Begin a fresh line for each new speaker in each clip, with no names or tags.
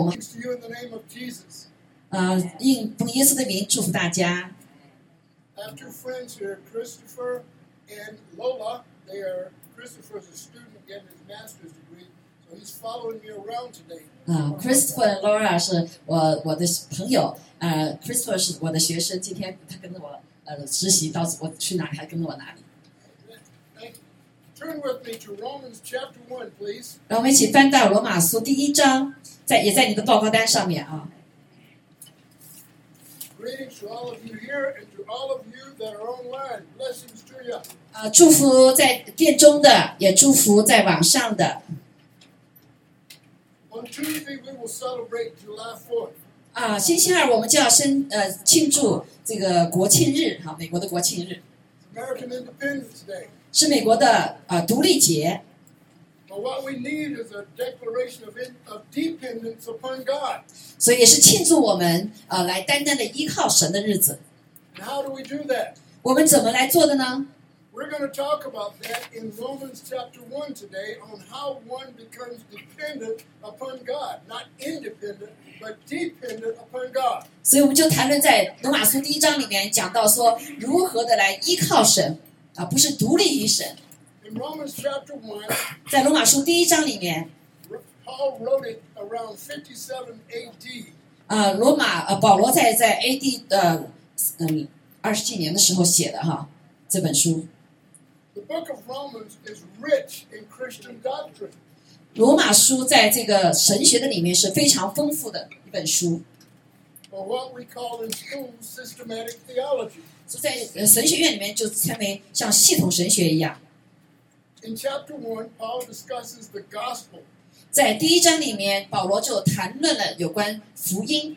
我
bless you in the name of Jesus.
呃应奉耶稣的名祝福大家。
I have two friends here, Christopher and Lola. They are Christopher's a student getting his master's degree, so he's following me around today.
啊、c h r i s t o p h e r Laura 是我我的朋友，呃，Christopher 是我的学生，今天他跟着我呃实习，到我去哪里他跟着我哪里。
Thank you. Turn with me to Romans chapter one, please.
让我们一起翻到罗马书第一章，在也在你的报告单上面啊。
Greetings to all of you here and to all of you that are online. Blessings to you.
啊、祝福在殿中的，也祝福在网上的。
On Tuesday, we will celebrate July 4th.
啊、星期二我们就要生呃庆祝这个国庆日哈、美国的国庆日
It's American Independence Day.
是美国的呃独立节。
But what we need is a declaration of, in, of dependence upon God.
所以也是庆祝我们呃来单单的依靠神的日子。
And how do we do that?
我们怎么来做的呢？
We're going to talk about that in Romans chapter 1 today on how one becomes dependent upon God. Not independent, but dependent upon God.
所以我们就谈论在罗马书第一章里面讲到说如何的来依靠神啊，不是独立于神。
In Romans chapter 1,
在罗马书第一章里面，
Paul wrote it around 57 AD.
啊，罗马呃，保罗在在 AD 的嗯二十几年的时候写的哈这本书，
The book of Romans is rich in Christian doctrine.
罗马书在这个神学的里面是非常丰富的一本书，
or what we call in school systematic theology.
所以在呃神学院里面就称为像系统神学一样。
In chapter 1, Paul discusses the gospel.
在第一章里面，保罗就谈论了有关福音。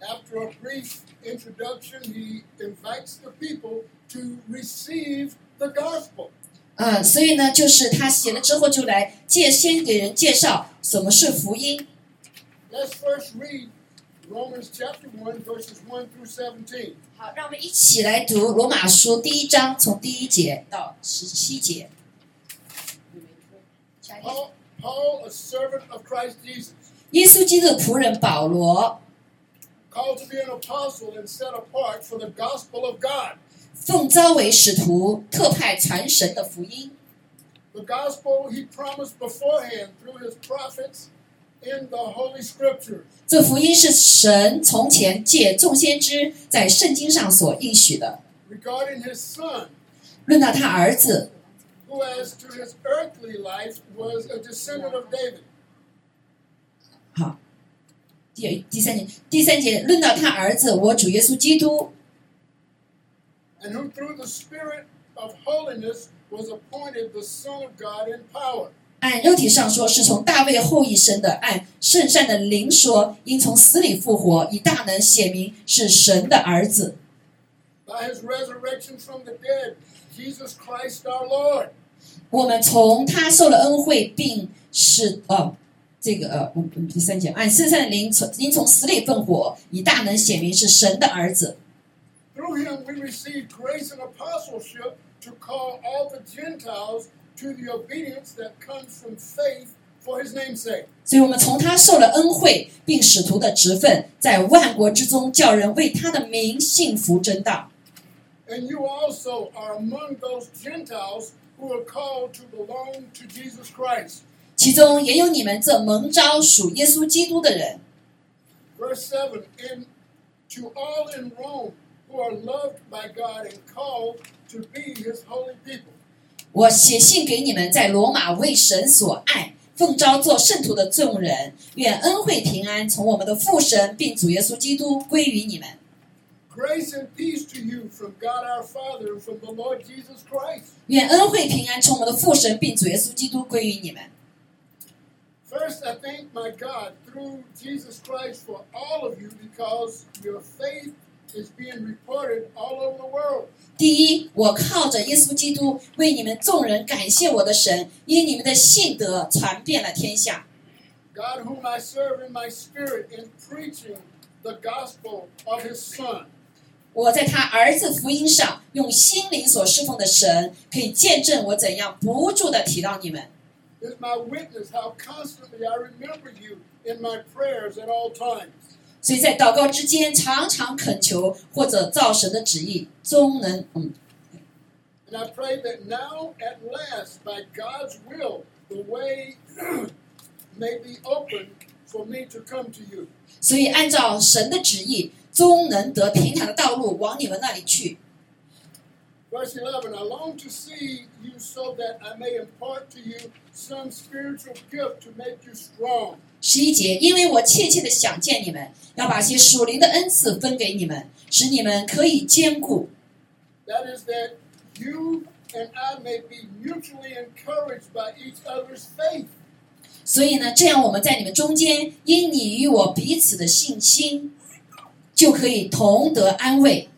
After a brief introduction, he invites the people to receive the gospel.
嗯，所以呢，就是他写了之后，就来介先给人介绍什么是福音。
Let's first read Romans chapter 1, verses 1 through 17.
好，让我们一起来读罗马书第一章，从第一节到十七节。
Paul, Paul, a servant of Christ Jesus,
耶稣基督的仆人保罗，
called to be an apostle and set apart for the gospel of God.
奉召为使徒，特派传神的福音。
The gospel he promised beforehand through his prophets in the Holy Scriptures.
这福音是神从前借众先知在圣经上所应许的。
regarding his son,
论到他儿子，
who as to his earthly life was a descendant of David.
好，第第三节，第三节论到他儿子，我主耶稣基督
And who through the Spirit of holiness was appointed the Son of God in power.
按肉体上说是从大卫后裔生的，按圣善的灵说因从死里复活，以大能显明是神的儿子。
By his resurrection from the dead, Jesus Christ our Lord.
我们从他受了恩惠，并使呃这个呃我第三节，按圣善的灵从因从死里复活，以大能显明是神的儿子。
Through him we received grace and apostleship to call all the Gentiles to the obedience that comes from faith for his name's sake.
所以我们从他受了恩惠，并使徒的职分，在万国之中叫人为他的名信服真道。
And you also are among those Gentiles who are called to belong to Jesus Christ.
其中也有你们这蒙召属耶稣基督的人。
Verse 7 And to all in Rome who are loved by God and called to be his holy people.
我写信给你们，在罗马为神所爱，奉召做圣徒的众人，愿恩惠平安从我们的父神并主耶稣基督归于你们。
Grace and peace to you from God our Father and from the Lord Jesus Christ.
愿恩惠平安从我们的父神并主耶稣基督归于你们。
First, I thank my God through Jesus Christ for all of you because your faith is being reported all over the world.
第一，我靠着耶稣基督为你们众人感谢我的神，因你们的信德传遍了天下。
God, whom I serve in my spirit in preaching the gospel of his Son.
我在他儿子福音上用心灵所侍奉的神，可以见证我怎样不住的提到你们。
is my witness how constantly I remember you in my prayers at all times.
所以在祷告之间，常常恳求或者照神的旨意，终能嗯。
And I pray that now at last, by God's will, the way may be open for me to come to you.
所以按照神的旨意，终能得平坦的道路往你们那里去。
Verse 11 I long to see you so that I may impart to you some spiritual gift to make you strong.
十一节，因为我切切的想见你们，要把些属灵的恩赐分给你们，使你们可以坚固，
That is, that you and I may be mutually encouraged by each other's faith.
所以呢，这样我们在你们中间，因你与我彼此的信心，就可以同得安慰。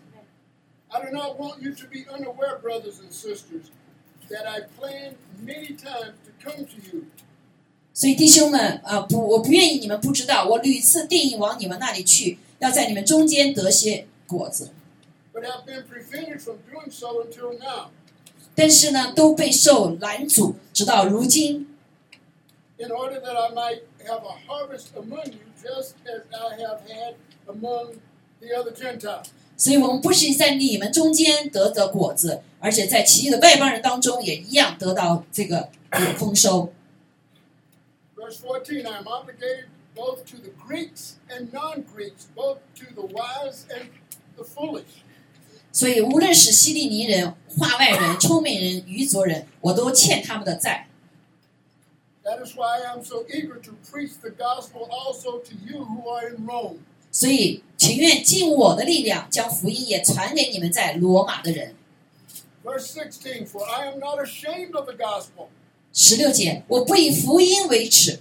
I do not want you to be unaware, brothers and sisters, that I planned many times to come to you,
所以弟兄们啊，不，我不愿意你们不知道，我屡次定义往你们那里去，要在你们中间得些果子，
but have been prevented from doing so until now.
但是呢，都备受拦阻，直到如今。
in order that I might have a harvest among you, just as I have had among the other Gentiles.
所以我们不是在你们中间得的果子，而且在其余的外邦人当中也一样得到这个丰收。
Verse 14 I am obligated both to the Greeks and non Greeks, both to the wise and the foolish.
所以无论是希利尼人、化外人、抽美人、愚族人，我都欠他们的债。
That is why I am so eager to preach the gospel also to you who are in Rome.
所以情愿尽我的力量，将福音也传给你们在罗马的人。
Verse 16 For I am not ashamed of the gospel,
十六节，我不以福音为耻，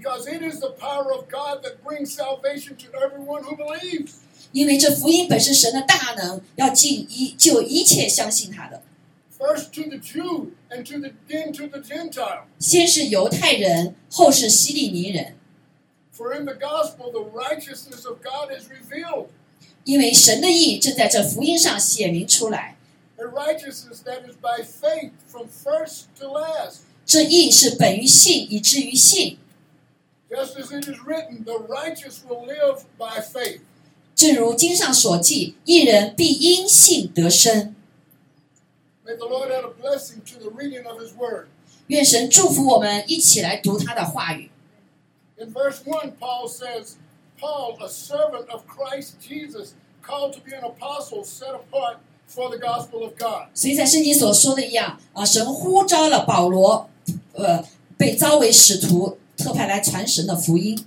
because it is the power of God that brings salvation to everyone who believes.
因为这福音本是神的大能，要尽一就一切相信他的，
First to the Jew, and to the, then to the Gentile.
先是犹太人，后是希利尼人。
For in the gospel, the righteousness of God is revealed,
因为神的意正在这福音上显明出来，
a righteousness that is by faith from first to last.
这意是本于信，以至于信，
Just as it is written, the righteous will live by faith.
正如经上所记：“一人必因信得生。
May the Lord add a blessing to the reading of his word. ”
愿神祝福我们一起来读他的话语。
In verse 1, Paul says, Paul, a servant of Christ Jesus, called to be an apostle, set apart for the gospel of God.
所以在圣经所说的一样啊，神呼召了保罗，呃，被召为使徒，特派来传神的福音。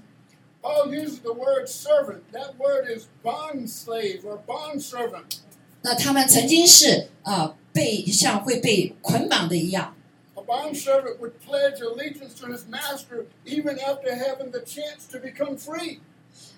Paul uses the word servant. That word is bond slave or bond servant.
那他们曾经是啊、呃被像会被捆绑的一样，
A bond servant would pledge allegiance to his master even after having the chance to become free.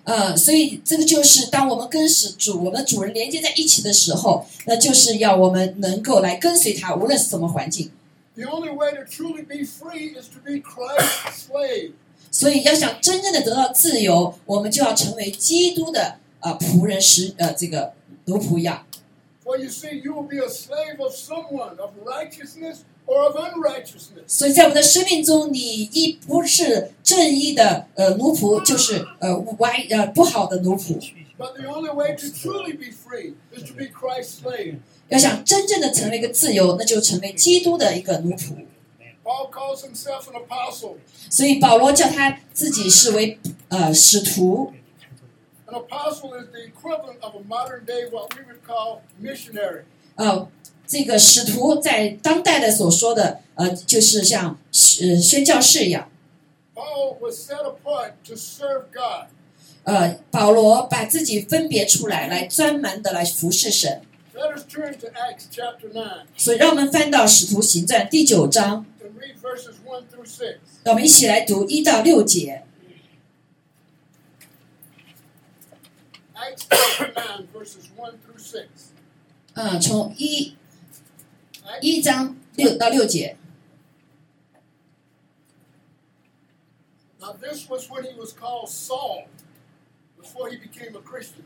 呃，所以这个就是当我们跟使主、我们的主人连接在一起的时候，那就是要我们能够来跟随他，无论是什么环境。
The only way to truly be free is to be Christ's slave.
所以要想真正的得到自由，我们就要成为基督的呃仆人使呃这个奴仆一样。
For you see, you will be a slave of someone, of righteousness or of unrighteousness.
所以在我们的生命中，你一不是正义的呃奴仆，就是呃歪呃不好的奴仆。
But the only way to truly be free is to be Christ's slave.
要想真正的成为一个自由，那就成为基督的一个奴仆。
Paul calls himself an apostle.
所以保罗叫他自己是为呃使徒。
An apostle is the equivalent of a modern day, what we would call missionary.
呃，这个使徒在当代的所说的，呃，就是像呃宣教士一样，
Paul was set apart to serve God.
呃，保罗把自己分别出来，来专门的来服侍神。
Let us turn to Acts chapter 9
所以，让我们翻到《使徒行传》第九章，
and read verses 1 through 6.
让我们一起来读一到六节。
Acts chapter 9, verses 1 through 6.
嗯，从一
Acts,
一章六到六节。
now, this was when he was called Saul, before he became a Christian.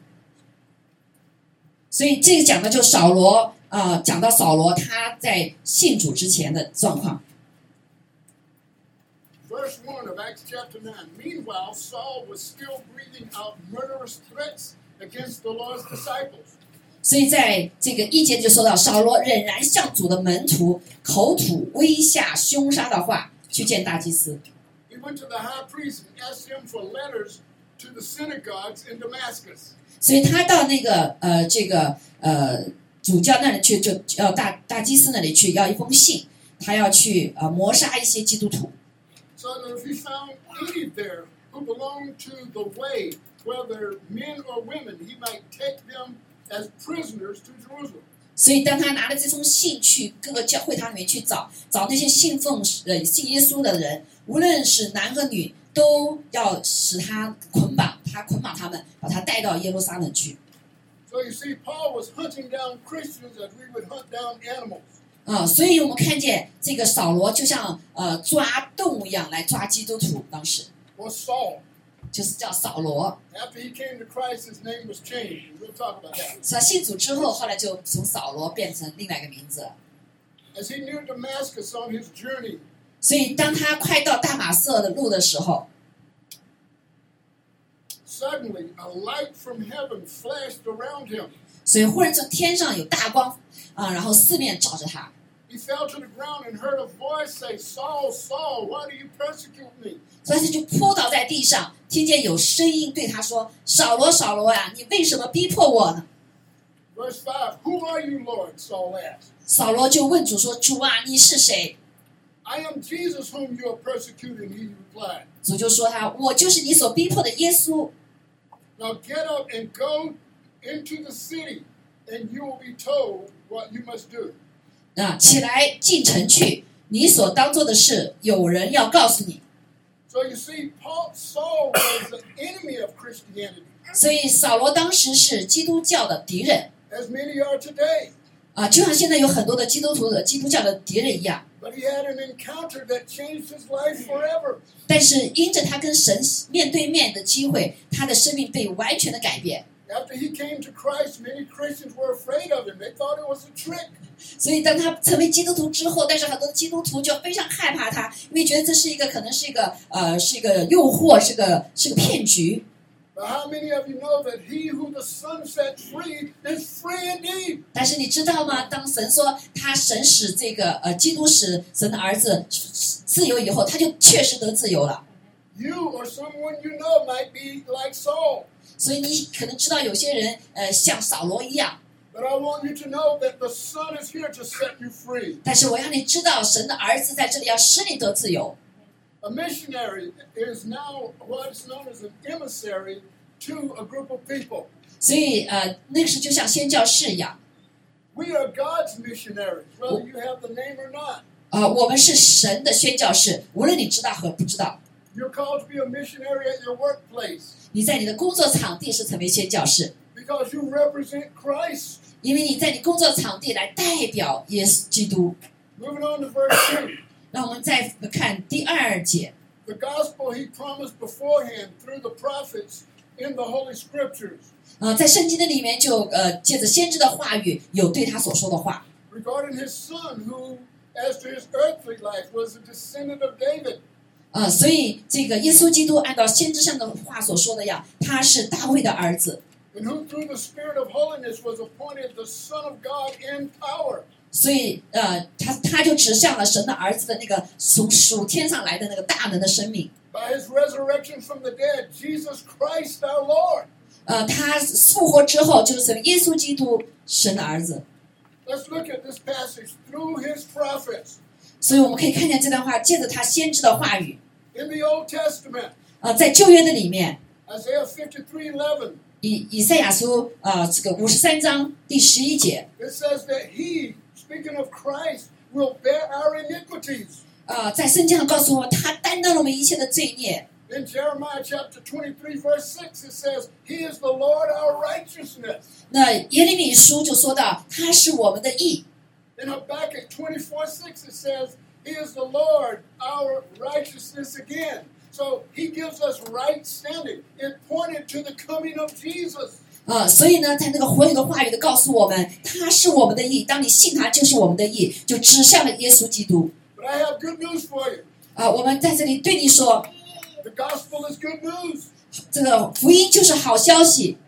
所以，这个讲的就扫罗，呃，讲到扫罗他在信主之前的状况。
verse 1 of Acts chapter 9. Meanwhile, Saul was still breathing out murderous threats against the Lord's disciples.
所以在这个一节就说到，扫罗仍然向主的门徒口吐威吓、凶杀的话去见大祭司。
He went to the high priest and asked him for letters to the synagogues in Damascus.
所以他到那个呃这个呃主教那里去，就要大大祭司那里去要一封信，他要去呃谋杀一些基督徒。
so that if he found any there who belonged to the way, whether men or women, he might take them as prisoners to Jerusalem.
所以当他拿了这封信去各个教会堂里面去找，找那些信奉呃信耶稣的人，无论是男和女，都要使他捆绑他捆绑他们，把他带到耶路撒冷去。
So you see, Paul was hunting down Christians as we would hunt down animals.
啊、所以我们看见这个扫罗就像呃抓动物一样来抓基督徒，当时
Or Saul.
就是叫扫罗。
After he came to Christ, his name was changed. and We'll talk about that.
所以信主之后，后来就从扫罗变成另外一个名字。
As he neared Damascus on his journey,
所以当他快到大马色的路的时候，
suddenly a light from heaven flashed around him.
所以忽然从天上有大光啊、然后四面照着他。
He fell to the ground and heard a voice say, Saul, Saul, why do you persecute me?
所以他就扑倒在地上，听见有声音对他说：“扫罗，扫罗呀、你为什么逼迫我呢
Verse 5 Who are you, Lord? Saul asked.？”
扫罗就问主说：“主啊，你是谁
I am Jesus whom you are persecuting, he replied.？”
主就说他：“我就是你所逼迫的耶稣。
Now get up and go into the city, and you will be told what you must do.
啊，起来进城去，你所当做的事，有人要告诉你。
So you see, Paul Saul was the enemy of Christianity, ”
所以扫罗当时是基督教的敌人。
as many are today.
啊，就像现在有很多的基督徒的基督教的敌人一样，
But he had an encounter that changed his life forever.
但是因着他跟神面对面的机会，他的生命被完全的改变。
After he came to Christ, many Christians were afraid of him. They thought it was a trick.
所以当他成为基督徒之后，但是很多基督徒就非常害怕他，因为觉得这是一个可能是一个呃是一个诱惑，是个是个骗局。
But how many of you know that he who the Son set free is free indeed?
但是你知道吗？当神说他神使这个呃基督使神的儿子自由以后，他就确实得自由了。
You or someone you know might be like Saul,
所以你可能知道有些人呃像扫罗一样，
but I want you to know that the Son is here to set you free.
但是我要你知道，神的儿子在这里要使你得自由。
A missionary is now what is known as an emissary to a group of people.
所以呃，那个时候就像宣教士一样，
We are God's missionaries, whether you have the name or not.
呃，我们是神的宣教士，无论你知道和不知道，
You're called to be a missionary at your workplace
你在你的工作场地是成为宣教士，
because you represent Christ.
因为你在你工作场地来代表耶稣基督。
Moving on to verse 2.
那我们再看第二节，
The gospel he promised beforehand through the prophets in the Holy Scriptures.
呃，在圣经的里面就呃借着先知的话语有对他所说的话，
regarding his son, who, as to his earthly life, was a descendant of David.
呃，所以这个耶稣基督按照先知上的话所说的样，他是大卫的儿子，
And who through the Spirit of holiness was appointed the Son of God in power.
所以呃，他他就指向了神的儿子的那个从属天上来的那个大能的生命。
By his resurrection from the dead, Jesus Christ our Lord.
呃，他复活之后就是成为耶稣基督神的儿子，
Let's look at this passage through his prophets.
所以我们可以看见这段话借着他先知的话语，
In the Old Testament,
呃，在旧约的里面，
Isaiah 53 11,
以以赛亚书呃这个五十三章第十一节，
it says that he, speaking of Christ, will bear our iniquities.
呃，在圣经上告诉我们，他担当了我们一切的罪孽。
In Jeremiah chapter 23, verse 6, it says, He is the Lord our righteousness.
那耶利米书就说到，他是我们的义。
In Habakkuk 24 6, it says, He is the Lord, our righteousness again. So he gives us right standing. It pointed to the coming of Jesus.
呃，所以呢，在那个火有的话语的告诉我们，他是我们的义。当你信他，就是我们的义，就指向了耶稣基督。
But I have good news for you.
啊，我们在这里对你说，
The gospel is good news.
这个福音就是好消息。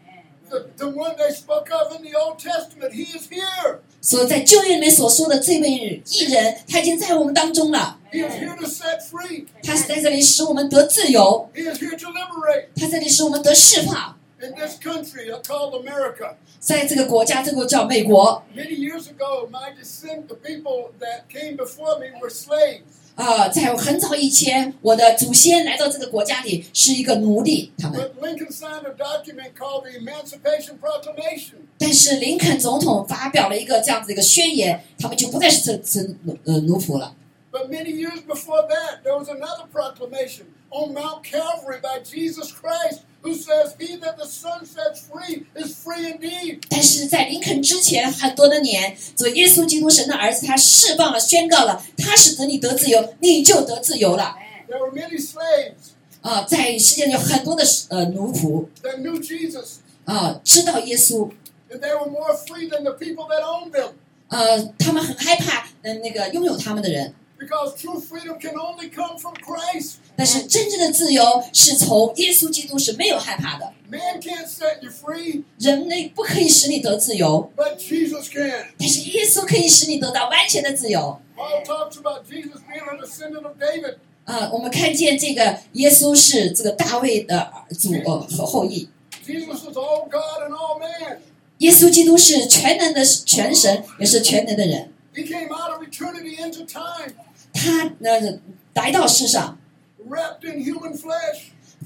The, the one they spoke of in the Old Testament, he is here.
所以在旧约里面所说的这位艺人，他已经在我们当中了，
He is here to set free.
他是在这里使我们得自由，
He is here to liberate
他在这里使我们得释放。
in this country uh, called America.
在这个国家，这个叫美国，
Many years ago, my descent, the people that came before me were slaves.
呃，在很早以前，我的祖先来到这个国家里是一个奴隶，他们。
But Lincoln signed a document called the Emancipation Proclamation.
但是林肯总统发表了一个这样子一个宣言，他们就不再是这这呃奴仆了。
But many years before that, there was another proclamation on Mount Calvary by Jesus Christ, who says, He that the Son sets free is free indeed.
但是在林肯之前很多的年，主耶稣基督神的儿子他释放了、宣告了，他使得你得自由，你就得自由了。
There were many slaves
啊、在世界上有很多的呃奴仆
that knew Jesus,
啊、知道耶稣，
and they were more free than the people that owned them.
呃，他们很害怕嗯、那个拥有他们的人。
Because true freedom can only come from Christ.
但是真正的自由是从耶稣基督是没有害怕的，
Man can't set you free,
人类不可以使你得自由，
but Jesus can.
但是耶稣可以使你得到完全的自由。
Paul talks about Jesus being a descendant of David.
呃，我们看见这个耶稣是这个大卫的祖呃和后裔，
Jesus is all God and all man.
耶稣基督是全能的全神，也是全能的人。
He came out of eternity into time,
他呃来到世上，
wrapped in human flesh,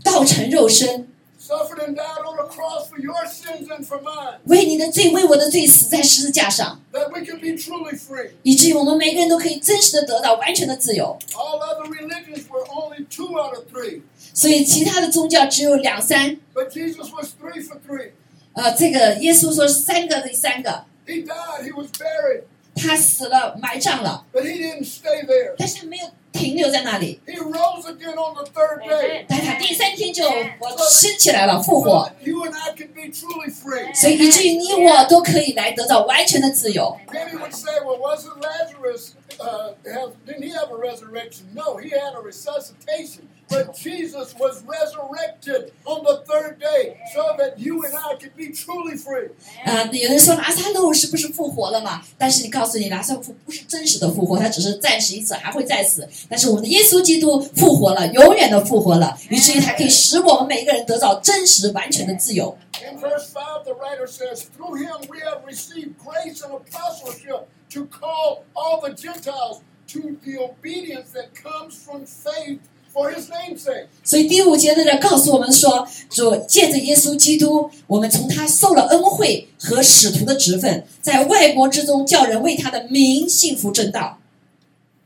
道成肉身，
suffered and died on a cross for your sins and for mine,
为你的罪，为我的罪死在十字架上，
that we could be truly free.
以至于我们每个人都可以真实的得到完全的自由。
All other religions were only two out of three,
所以其他的宗教只有两三，
but Jesus was three for three.
呃，这个耶稣说三个对三个，
He died, he was buried,
他死了埋葬了，
but he didn't stay there.
但是他没有停留在那里，
He rose again on the third day.
但他第三天就我升起来了，复
So
活。
that you and I could be truly free.
所以以至于你我都可以来得到完全的自由。
Many would say, well, wasn't Lazarus, uh, have, didn't he have a resurrection? No, he had a resuscitation. But Jesus was resurrected on the third day so that you and I could be truly free.
呃，有人说拉萨路是不是复活了嘛？但是你告诉你，拉萨路不是真实的复活，他只是暂时一次，还会再死。但是我们的耶稣基督复活了，永远的复活了，以至于他可以使我们每一个人得到真实完全的自由。
In verse 5, the writer says, Through him we have received grace and apostleship to call all the Gentiles to the obedience that comes from faith for his name's sake.
所以第五节的人告诉我们说，主借着耶稣基督，我们从他受了恩惠和使徒的职分，在外国之中叫人为他的名信服正道。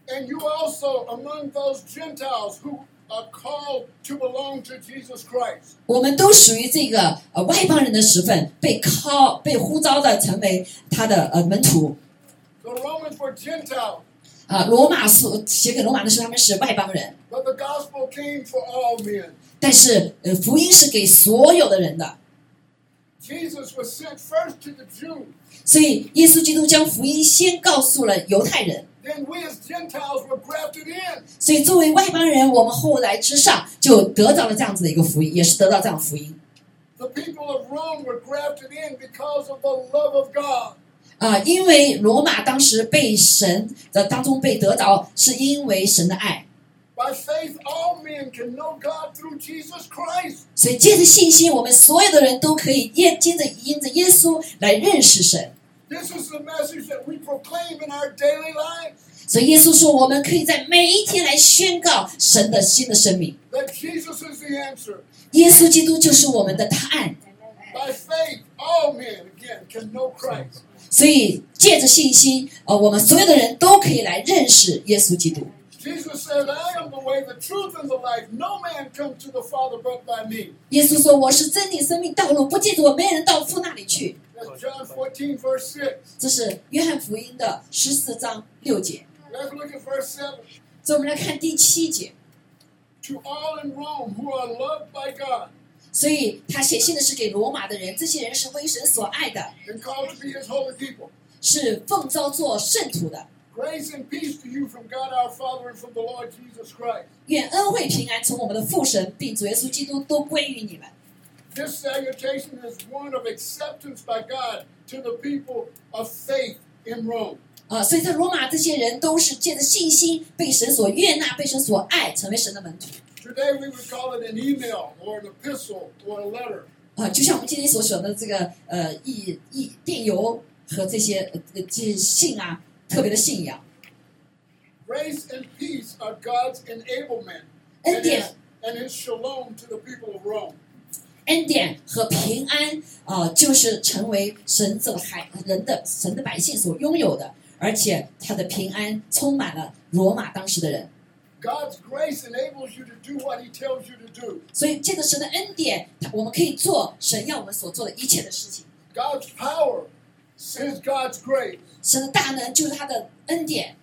And you also among those Gentiles who are called to belong to Jesus Christ.
我们都属于这个呃外邦人的时分，被靠被呼召的成为他的呃门徒。
The Romans were Gentiles,
啊、罗马书写给罗马的时候，他们是外邦人，
but the gospel came for all men.
但是呃福音是给所有的人的。
Jesus was sent first to the Jews.
所以耶稣基督将福音先告诉了犹太人，
Then we as Gentiles were grafted in.
所以作为外邦人，我们后来之上就得到了这样子的一个福音，也是得到这样的福音。
The people of Rome were grafted in because of the love of God.
啊、因为罗马当时被神的当中被得着，是因为神的爱，
By faith, all men can know God through Jesus Christ.
所以，借着信心，我们所有的人都可以耶，借着因着耶稣来认识神。
This is the message that we proclaim in our daily lives
所以，耶稣说，我们可以在每一天来宣告神的新的生命。
that Jesus is the answer.
耶稣基督就是我们的答案。
By faith, all men again can know Christ.
所以，借着信心，呃，我们所有的人都可以来认识耶稣基督。
Jesus said, I am the way, the truth, and the life. No man comes to the Father but by me.
耶稣说：“我是真理、生命、道路，不借着我，没人到父那里去。
That's John 14, verse 6. ”
这是约翰福音的十四章六节。
Let's look at verse 7.
所以，我们来看第七节。
To all in Rome who are loved by God
所以他写信的是给罗马的人，这些人是为神所爱的。
and called to be his holy people,
是奉召做圣徒的。
Grace and peace to you from God our Father and from the Lord Jesus Christ.
愿恩惠平安从我们的父神并主耶稣基督都归于你们。
This salutation is one of acceptance by God to the people of faith in Rome.
啊、所以在罗马这些人都是借着信心被神所悦纳，被神所爱，成为神的门徒。
Today we would call it an email or an epistle or a letter.
啊、就像我们今天所选的这个呃意意电邮和这些呃呃这些信啊，特别的信仰，
Grace and peace are God's enablement
恩
and
典
his, and his shalom to the people of Rome.
恩典和平安啊、就是成为神这个海人的神的百姓所拥有的，而且他的平安充满了罗马当时的人。
God's grace enables you to do what he tells you to do.
所以，借着神的恩典，他我们可以做神要我们所做的一切的事情。
God's power is God's grace.
神的大能就是他的恩典，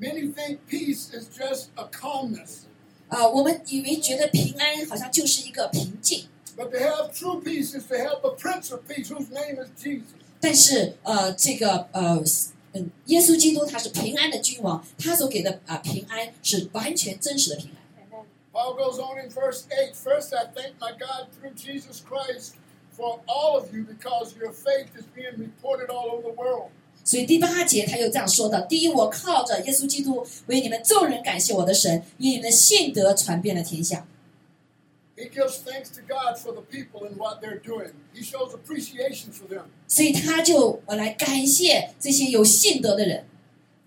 Many think peace is just a calmness,
啊，我们以为觉得平安好像就是一个平静，
but to have true peace is to have the Prince of Peace, whose name is Jesus.
但是呃，这个呃，嗯，耶稣基督他是平安的君王，他所给的啊、呃平安是完全真实的平安。
Paul goes on in verse 8 First, I thank my God through Jesus Christ for all of you because your faith is being reported all over the world.
所以第八节他又这样说的：第一，我靠着耶稣基督为你们众人感谢我的神，因你们的信德传遍了天下。
He gives thanks to God for the people and what they're doing, he shows appreciation for them.
所以他就呃来感谢这些有信德的人。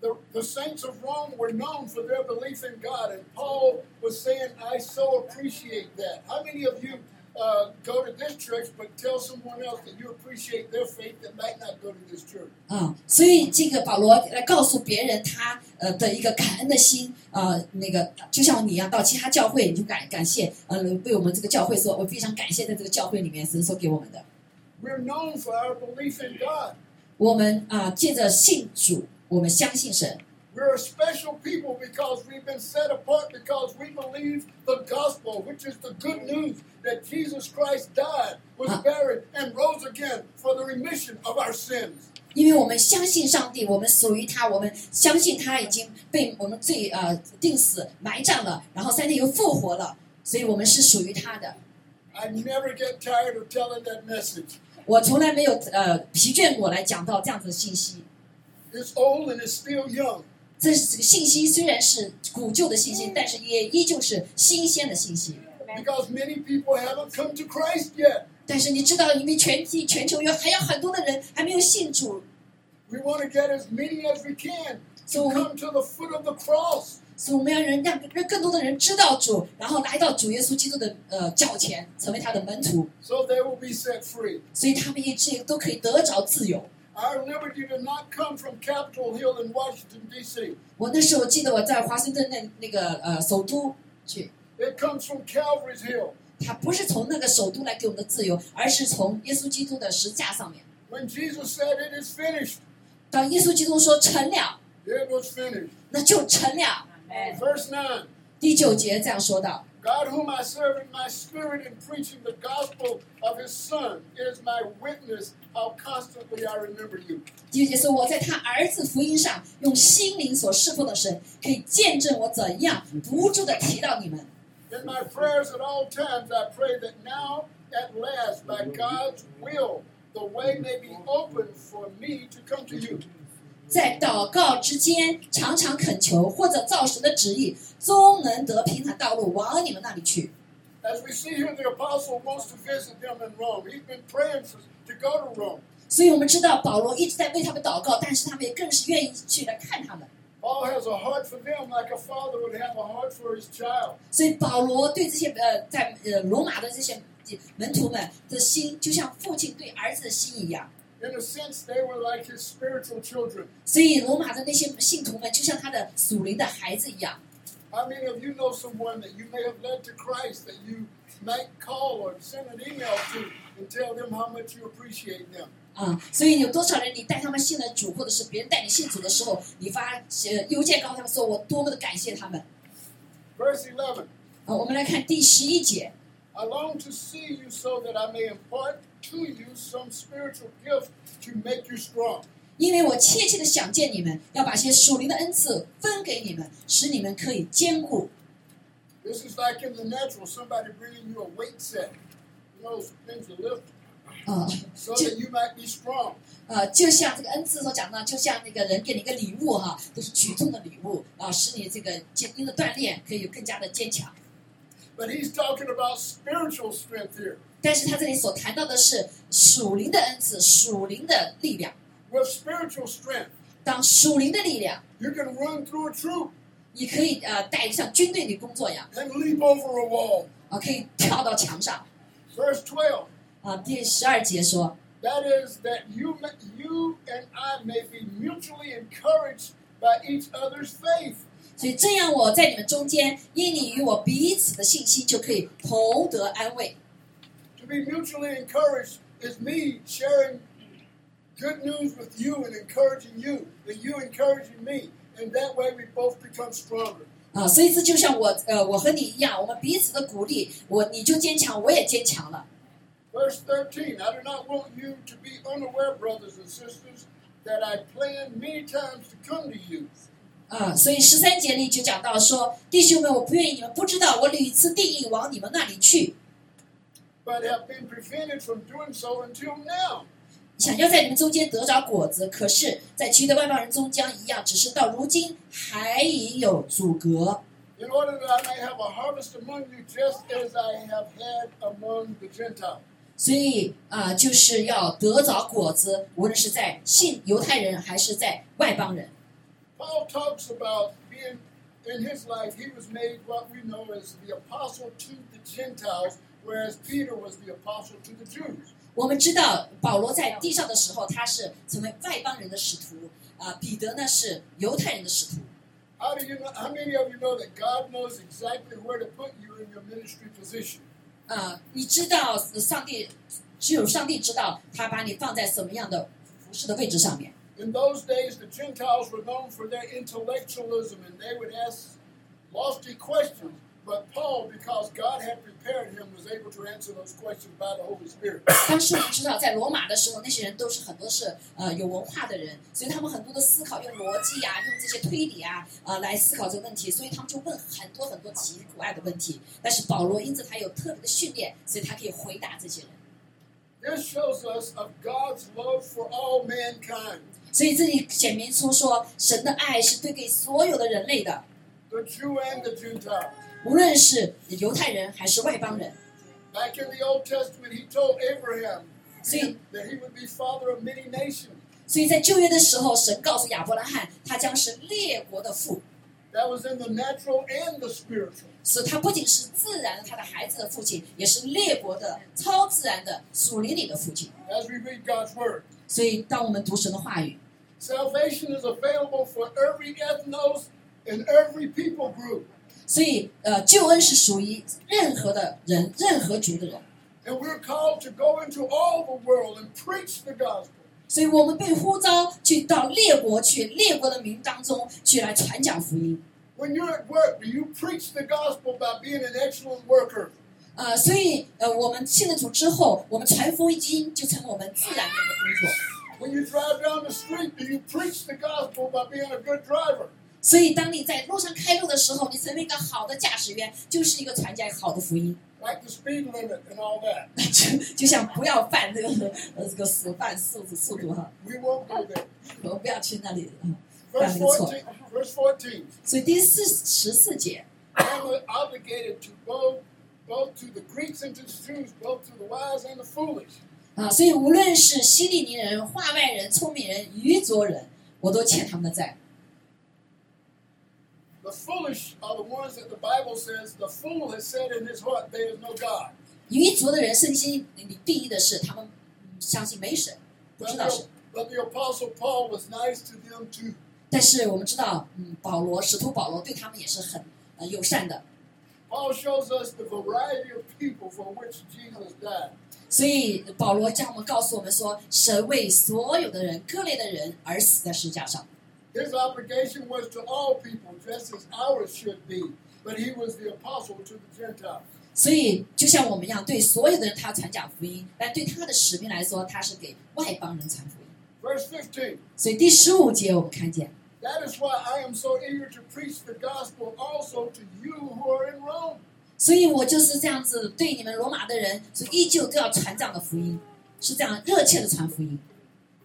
The, the saints of Rome were known for their belief in God, and Paul was saying, I so appreciate that. How many of you uh, go to this church but tell someone else that you appreciate their faith that might not go to this church?
啊、所以这个保罗来告诉别人他呃的一个感恩的心，呃，那个就像你一样，到其他教会你就感感谢，呃，为我们这个教会说，我非常感谢在这个教会里面神所给我们的，
We're known for our belief in God.
我们啊、借着信主，我们相信神，
We're a special people because we've been set apart because we believe the gospel, which is the good news that Jesus Christ died, was
Huh.
buried, and rose again for the remission of our sins.
因为我们相信上帝，我们属于他，我们相信他已经被我们罪呃定死埋葬了，然后三天又复活了，所以我们是属于他的。
I never get tired of telling that message.
我从来没有呃疲倦过来讲到这样子的信息。
It's old and it's still young.
这是信息虽然是古旧的信息，但是也依旧是新鲜的信息。
Because many people haven't come to Christ yet.
但是你知道，因为全体全球有还有很多的人还没有信主，
We want to get as many as we can to
So we-
come to the foot of the cross.
所以我们要人让让更多的人知道主，然后来到主耶稣基督的呃脚前，成为他的门徒，
So they will be set free.
所以他们一直都可以得着自由。
Our liberty did not come from Capitol Hill in Washington, D.C.,
我那时候记得我在华盛顿那那个呃首都去，
it comes from Calvary's Hill.
他不是从那个首都来给我们的自由，而是从耶稣基督的十字架上面。
When Jesus said, It is finished,
当耶稣基督说成了，
it was finished.
那就成了。
Verse 9
第九节这样说道。
God, whom I serve in my spirit in preaching the gospel of his Son, is my witness how constantly I remember you.
第九节说：“我在他儿子福音上用心灵所侍奉的神，可以见证我怎样不住的提到你们。
In my prayers at all times, I pray that now, at last, by God's will, the way may be open for me to come to you.
在祷告之间，常常恳求或者照神的旨意，终能得平坦道路往你们那里去。
As we see here, the apostle wants to visit them in Rome. He's been praying for, to go to Rome. ”
所以，我们知道保罗一直在为他们祷告，但是他们也更是愿意去来看他们。
Paul has a heart for them like a father would have a heart for his child.
所以，保罗对这些呃，在呃罗马的这些门徒们的心，就像父亲对儿子的心一样。
In a sense, they were like his spiritual children.
所以，罗马的那些信徒们，就像他的属灵的孩子一样。
How many of you know someone that you may have led to Christ that you might call or send an email to and tell them how much you appreciate them?
啊，所以有多少人你带他们信了主，或者是别人带你信主的时候，你发呃邮件告诉他们说我多么的感谢他们。
Verse 11.
啊，我们来看第十一节，
I long to see you so that I may impart to you some spiritual gift to make you strong.
因为我切切的想见你们，要把些属灵的恩赐分给你们，使你们可以坚固。
This is like in the natural, somebody bringing you a weight set. You know, some things to lift
呃
so that you might be strong.
呃，就像这个恩赐所讲到，就像那个人给你一个礼物哈、就是举重的礼物啊、使你这个经经的锻炼可以更加的坚强。
But he's talking about spiritual strength here.
但是他这里所谈到的是属灵的恩赐，属灵的力量。
With spiritual strength,
当属灵的力量，
you can run through a troop
你可以呃带像军队的工作一样
and leap over a wall.
啊、可以跳到墙上
Verse 12.
啊、第十二节说，
That is, that you, ma- you and I may be mutually encouraged by each other's faith.
所以这样我在你们中间，因你与我彼此的信息，就可以同得安慰。
To be mutually encouraged is me sharing good news with you and encouraging you, and you encouraging me. And that way we both become stronger.
啊，所以这就像我呃，我和你一样，我们彼此的鼓励，我你就坚强，我也坚强了。
Verse 13 I do not want you to be unaware, brothers and sisters, that I planned many times to come to you.
啊，所以十三节里就讲到说，弟兄们，我不愿意你们不知道，我屡次定义往你们那里去，
But have been prevented from doing so until now.
想要在你们中间得着果子，可是，在其余的外邦人中将一样，只是到如今还已有阻隔。
in order that I may have a harvest among you just as I have had among the Gentiles.
所以啊、就是要得着果子，无论是在信犹太人还是在外邦人。
Paul talks about being in his life, he was made what we know as the apostle to the Gentiles, whereas Peter was the apostle to the Jews.
我们知道保罗在地上的时候，他是成为外邦人的使徒啊、彼得呢是犹太人的使徒。
How do you know how many of you know that God knows exactly where to put you in your ministry position?
啊，你知道呃上帝只有上帝知道他把你放在什么样的服饰的位置上面。
In those days the Gentiles were known for their intellectualism and they would ask lofty questions. But Paul, because God had prepared him, was able to answer those questions by the Holy Spirit.
当时我们知道，在罗马的时候，那些人都是很多是呃有文化的人，所以他们很多的思考用逻辑啊，用这些推理啊，呃来思考这个问题，所以他们就问很多很多奇怪的问题。但是保罗因此他有特别的训练，所以他可以回答这些人。
This shows us of God's love for all mankind.
所以这里显明出说，神的爱是对给所有的人类的，
the Jew and the Gentile.
无论是犹太人还是外邦人。
Back in the Old Testament, he told Abraham
See.
that he would be father of many nations.
所以在旧约的时候，神告诉亚伯拉罕，他将是列国的父，
That was in the natural and the spiritual.
所以他不仅是自然他的孩子的父亲，也是列国的超自然的属灵里的父亲。
As we read God's word,
所以，当我们读神的话语，
salvation is available for every ethnos and every people group.
所以呃，救恩是属于任何的人、任何族的人。
And we're called to go into all the world and preach the gospel.
所以我们被呼召去到列国去，列国的民当中去来传讲福音。
When you're at work, do you preach the gospel by being an excellent worker?
呃，所以呃，我们信了主之后，我们传福音就成了我们自然的一个工作。
When you drive down the street, do you preach the gospel by being a good driver?
所以，当你在路上开路的时候，你成为一个好的驾驶员，就是一个传讲好的福音。
like the speed limit and all that.
就 就像不要犯这个呃这个死犯速度速度哈，
We won't go there.
我们不要去那里嗯
Verse
Right, that's
14. Verse 14.
所以第四十四节，
I'm obligated to both, both to the Greeks and to the Jews, both to the wise and the foolish.
啊，所以无论是希利尼人、话外人、聪明人、愚拙人，我都欠他们的债。
The foolish are the ones that the Bible says the fool has said in his heart, there is no God.
愚拙的人，圣经里定义的是他们嗯相信没神，不
But
知道神
the,。but the Apostle Paul was nice to them too.
但是我们知道，嗯，保罗使徒保罗对他们也是很呃友善的。
Paul shows us the variety of people for which Jesus died.
所以保罗将我们告诉我们说，神为所有的人、各类的人而死在十字架上。
His obligation was to all people, just as ours should be. But he was the apostle to the Gentiles.
所以，就像我们一样，对所有的人他传讲福音，但对他的使命来说，他是给外邦人传福音。
Verse 15.
所以第十五节我们看见，
That is why I am so eager to preach the gospel also to you who are in Rome.
所以我就是这样子对你们罗马的人，所以依旧都要传这样的福音，是这样热切的传福音。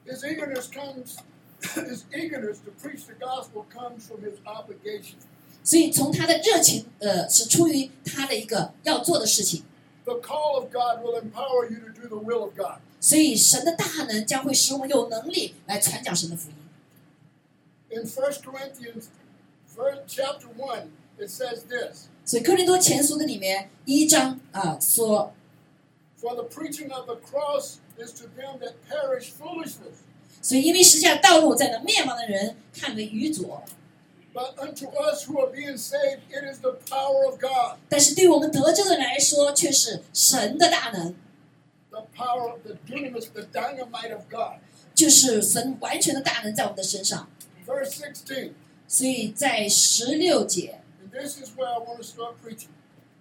His eagerness comes, his eagerness to preach the gospel comes from his obligation.
所以从他的热情，呃，是出于他的一个要做的事情。
The call of God will empower you to do the will of God.
所以神的大能将会使我们有能力来传讲神的福音。
In 1 Corinthians verse, chapter 1, it says this
所以哥林多前书的里面一章啊、说，
For the preaching of the cross is to them that perish foolishness,
所以因为实际上道路在那灭亡的人看为愚拙，
but unto us who are being saved, it is the power of God.
但是对我们得救的人来说却是神的大能，
The power of the dunamis, the dynamite of God.
就是神完全的大能在我们的身上。
Verse 16,
所以在十六节，
and this is where I want to start preaching.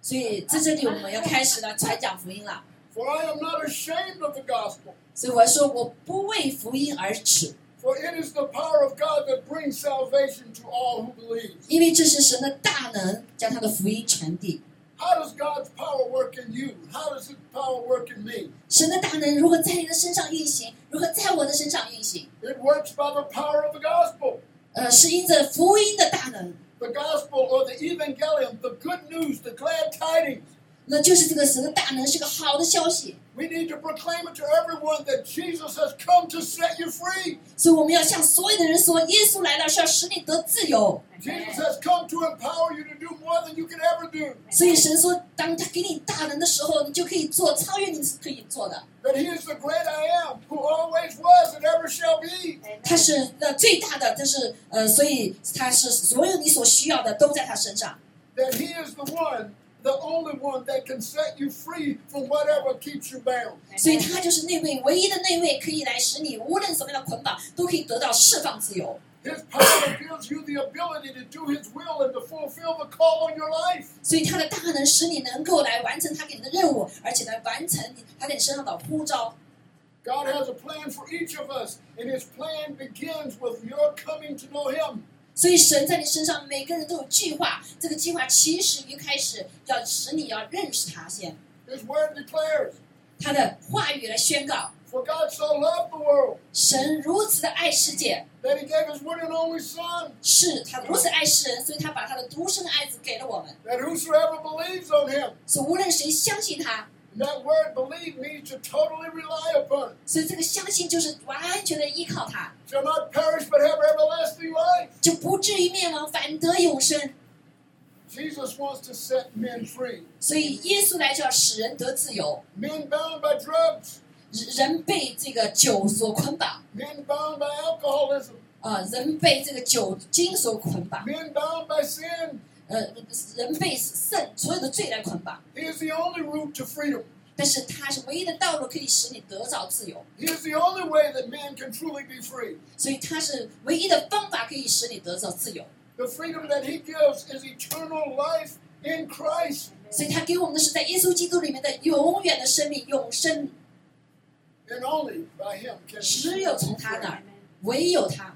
所以在这里我们要开始了传讲福音了。
For I am not ashamed of the gospel,
所以我说我不为福音而耻，
for it is the power of God that brings salvation to all who believe.
因为这是神的大能将他的福音传递。
How does God's power work in you? How does His power work in me?
神的大能如何在你的身上运行，如何在我的身上运行？
It works by the power of the gospel.
呃，是因着福音的大能，
The gospel or the evangelium, the good news, the glad tidings.
那就是这个神的大能是个好的消息，
We need to proclaim it to everyone that Jesus has come to set you free.
所以我们要向所有的人说，耶稣来了是要使你得自由。
Jesus has come to empower you to do more than you can ever do.
所以神说，当他给你大能的时候，你就可以做超越你可以做的。
That He is the great I am, who always was and ever shall be.
他是那最大的，他是呃，所以他是所有你所需要的都在他身上。
That He is the one, the only one that can set you free from whatever keeps you bound.
所以他就是那位唯一的那位，可以来使你无论什么样的捆绑都可以得到释放自由。
His power gives you the ability to do His will and to fulfill the call on your life.
所以他的大能使你能够来完成他给你的任务，而且来完成你他在你身上的呼召。
God has a plan for each of us, and His plan begins with your coming to know Him.
所以神在你身上，每个人都有计划。这个计划起始于开始，要使你要认识他先。
His word declares,
他的话语来宣告，
For God so loved the world
神如此的爱世界，
that He gave His one and only Son,
是他如此爱世人，所以他把他的独生的爱子给了我们。
that whosoever believes on Him,
所以无论谁相信他，
and that word believe means to totally rely upon,
所以这个相信就是完全的依靠他，
shall not perish but have everlasting life.
就不至于灭亡，反得永生。
Jesus wants to set men free.
所以耶稣来就要使人得自由。
Men bound by drugs,
人被这个酒所捆绑，
men bound by alcoholism,
啊，人被这个酒精所捆绑，
men bound by sin.
呃，人被圣所有的罪来捆绑。
He is the only route to freedom.
但是它是唯一的道路，可以使你得着自由。
He is the only way that man can truly be free.
所以它是唯一的方法，可以使你得着自由。
The freedom that he gives is eternal life in Christ.
所以他给我们的是在耶稣基督里面的永远的生命，永生
And only by him can
只有从他那儿，唯有他。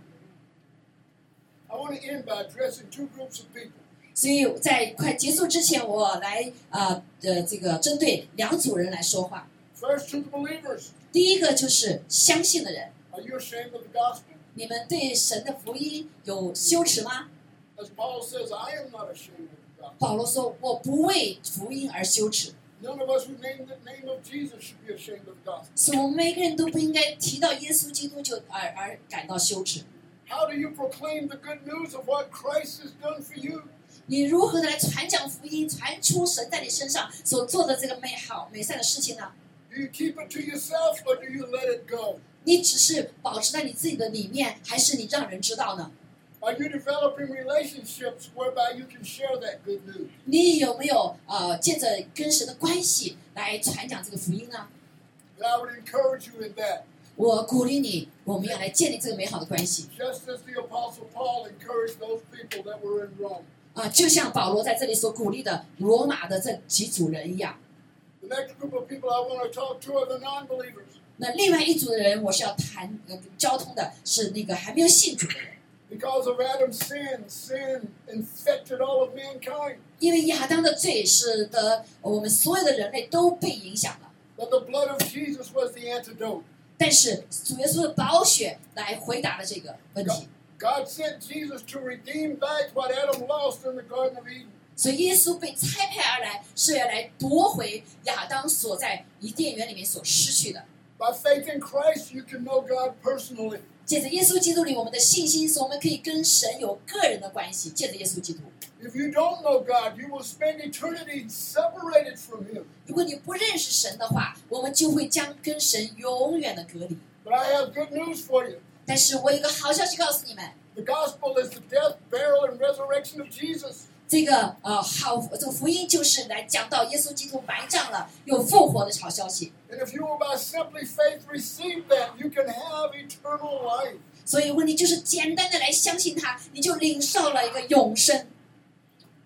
I want to end by addressing two groups of people.
所以在快结束之前，我来啊呃这个针对两组人来说话。
First to the believers.
第一个就是相信的人。
Are you ashamed of the gospel?
你们对神的福音有羞耻吗？
As Paul says, I am not ashamed of the gospel.
保罗说：“我不为福音而羞耻。
None of us who name the name of Jesus should be ashamed of the gospel. ”
所以，我们每个人都不应该提到耶稣基督就而而感到羞耻。
How do you proclaim the good news of what Christ has done for you?
你如何的来传讲福音，传出神在你身上所做的这个美好美善的事情呢？
Do you keep it to yourself or do you let it go?
你只是保持在你自己的里面，还是你让人知道呢？
Are you developing relationships whereby you can share that good news?
你有没有呃，借着跟神的关系来传讲这个福音呢？
And I would encourage you in that,
我鼓励你，我们要来建立这个美好的关系。
just as the Apostle Paul encouraged those people that were in Rome.
啊，就像保罗在这里所鼓励的罗马的这几组人一样，
The next group of people I want to talk to are the non believers
那另外一组的人，我是要谈呃交通的，是那个还没有信主的人，
because of Adam's sin. Sin infected all of mankind.
因为亚当的罪使得我们所有的人类都被影响了。
But the blood of Jesus was the antidote.
但是主耶稣的宝血来回答了这个问题，
God sent Jesus to redeem back what Adam lost in the Garden of Eden.
所以耶稣被差派而来是要来夺回亚当所在伊甸园里面所失去的。
By faith in Christ, you can know God personally.
借着耶稣基督里我们的信心，使我们可以跟神有个人的关系。借着耶稣基督，
If you don't know God, you will spend eternity separated from Him.
如果你不认识神的话，我们就会将跟神永远的隔离。
But I have good news for you.
但是我有个好消息告诉你们，
The gospel is the death, burial, and resurrection of Jesus.
这个呃好，这个福音就是来讲到耶稣基督埋葬了又复活的好消息。
And if you will by simply faith receive that, you can have eternal life.
所以问题就是简单的来相信他，你就领受了一个永生。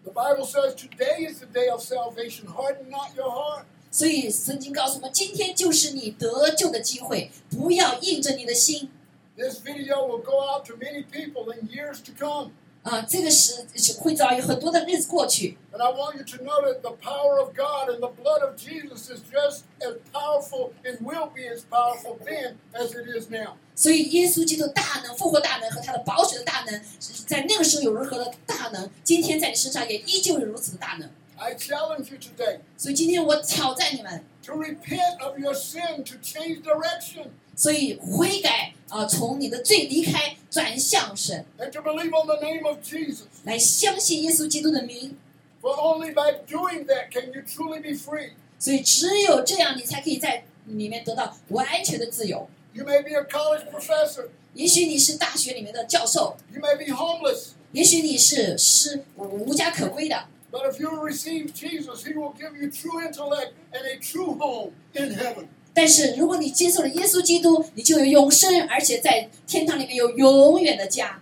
The Bible says today is the day of salvation. Harden not your heart.
所以圣经告诉我们，今天就是你得救的机会，不要硬着你的心。
This video will go out to many people in years to come.
啊、这个时会遭遇很多的日子过去，
And I want you to know that the power of God and the blood of Jesus is just as powerful and will be as powerful then as it is now.
所以耶稣基督大能、复活大能和他的宝血的大能，在那个时候有如何的大能，今天在你身上也依旧有如此的大能。
I challenge you today
所以今天我挑战你们，
to repent of your sin, to change direction,
所以悔改啊、从你的罪离开，转向神，
and to believe on the name of Jesus.
来相信耶稣基督的名。
For only by doing that can you truly be free.
所以只有这样，你才可以在里面得到完全的自由。
You may be a college professor,
也许你是大学里面的教授，
you may be homeless,
也许你是失无家可归的，
but if you receive Jesus, He will give you true intellect and a true home in heaven.
但是如果你接受了耶稣基督，你就有永生，而且在天堂里面有永远的家。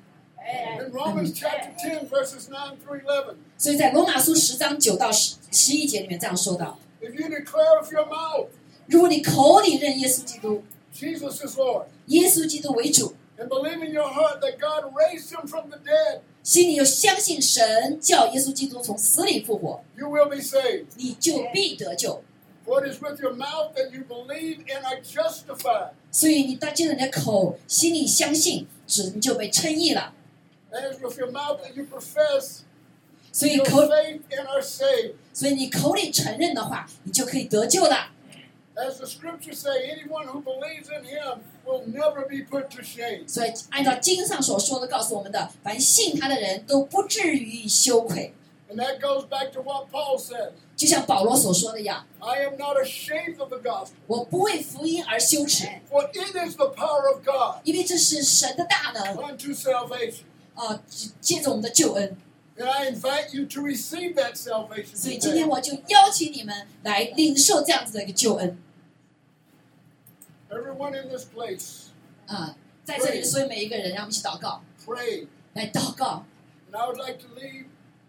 In Romans chapter 10, verses 9 through 11,
所以在罗马书十章九到十十一节里面这样说到：
if you declare with your mouth,
如果你口里认耶稣基督，
Jesus is Lord,
耶稣基督为主，
and believe in your heart that God raised him from the dead,
心里又相信神叫耶稣基督从死里复活，
you will be saved.
你就必得救。
For it is with your mouth that you believe and are justified.
所以你到借着你的口，心里相信，指你就被称义了。
And it is with your mouth that you profess
所以
your
口，
faith and are saved.
所以你口里承认的话，你就可以得救了。
As the scriptures say, anyone who believes in him will never be put to shame.
所以，按照经上所说的，告诉我们的，凡信他的人都不至于羞愧。
And that goes back to what Paul says
就像保罗所说的一样，
I am not ashamed of the gospel,
我不为福音而羞耻，
for it is the power of God
因为这是神的大能
unto salvation.
啊、借着我们的救恩。
And I invite you to receive that salvation.
所以今天
Today.
我就邀请你们来领受这样子的一个救恩
Everyone in this place,
啊、在这里，所以每一个人，让我们一起祷告，
pray.
来祷告。
And I would like to lead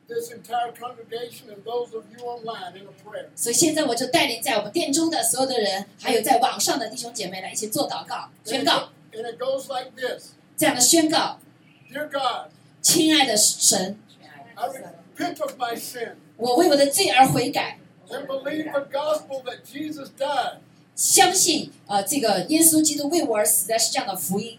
this entire congregation and those of you online in a prayer.
所以现在我就带领在我们殿中的所有的人，还有在网上的弟兄姐妹来一起做祷告、宣
And
告
it,，and it goes like this
这样的宣告：
Dear God,
亲爱的神，
I repent of my sin
我为我的罪而悔改，
and believe the gospel that Jesus died,
相信呃这个耶稣基督为我而死在世上的福音，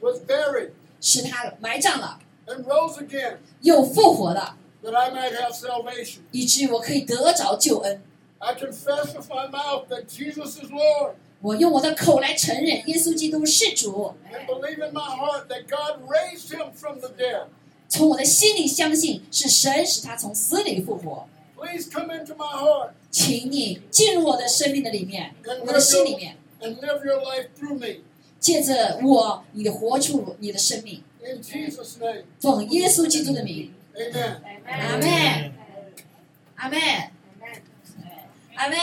was buried,
使他埋葬了，
and rose again,
又复活了，
that I might have salvation.
以至于我可以得着救恩。
I confess with my mouth that Jesus is Lord,
我用我的口来承认耶稣基督是主，
and believe in my heart that God raised him from the dead.
从我的心里相信是神使他从死里复活。
Please come into my heart
请你进入我的生命的里面，我的心里面。
and live your life through me.
借着我，你的活出你的生命，
In Jesus' name,
奉耶稣基督的名，
amen.
阿门，阿门，阿门，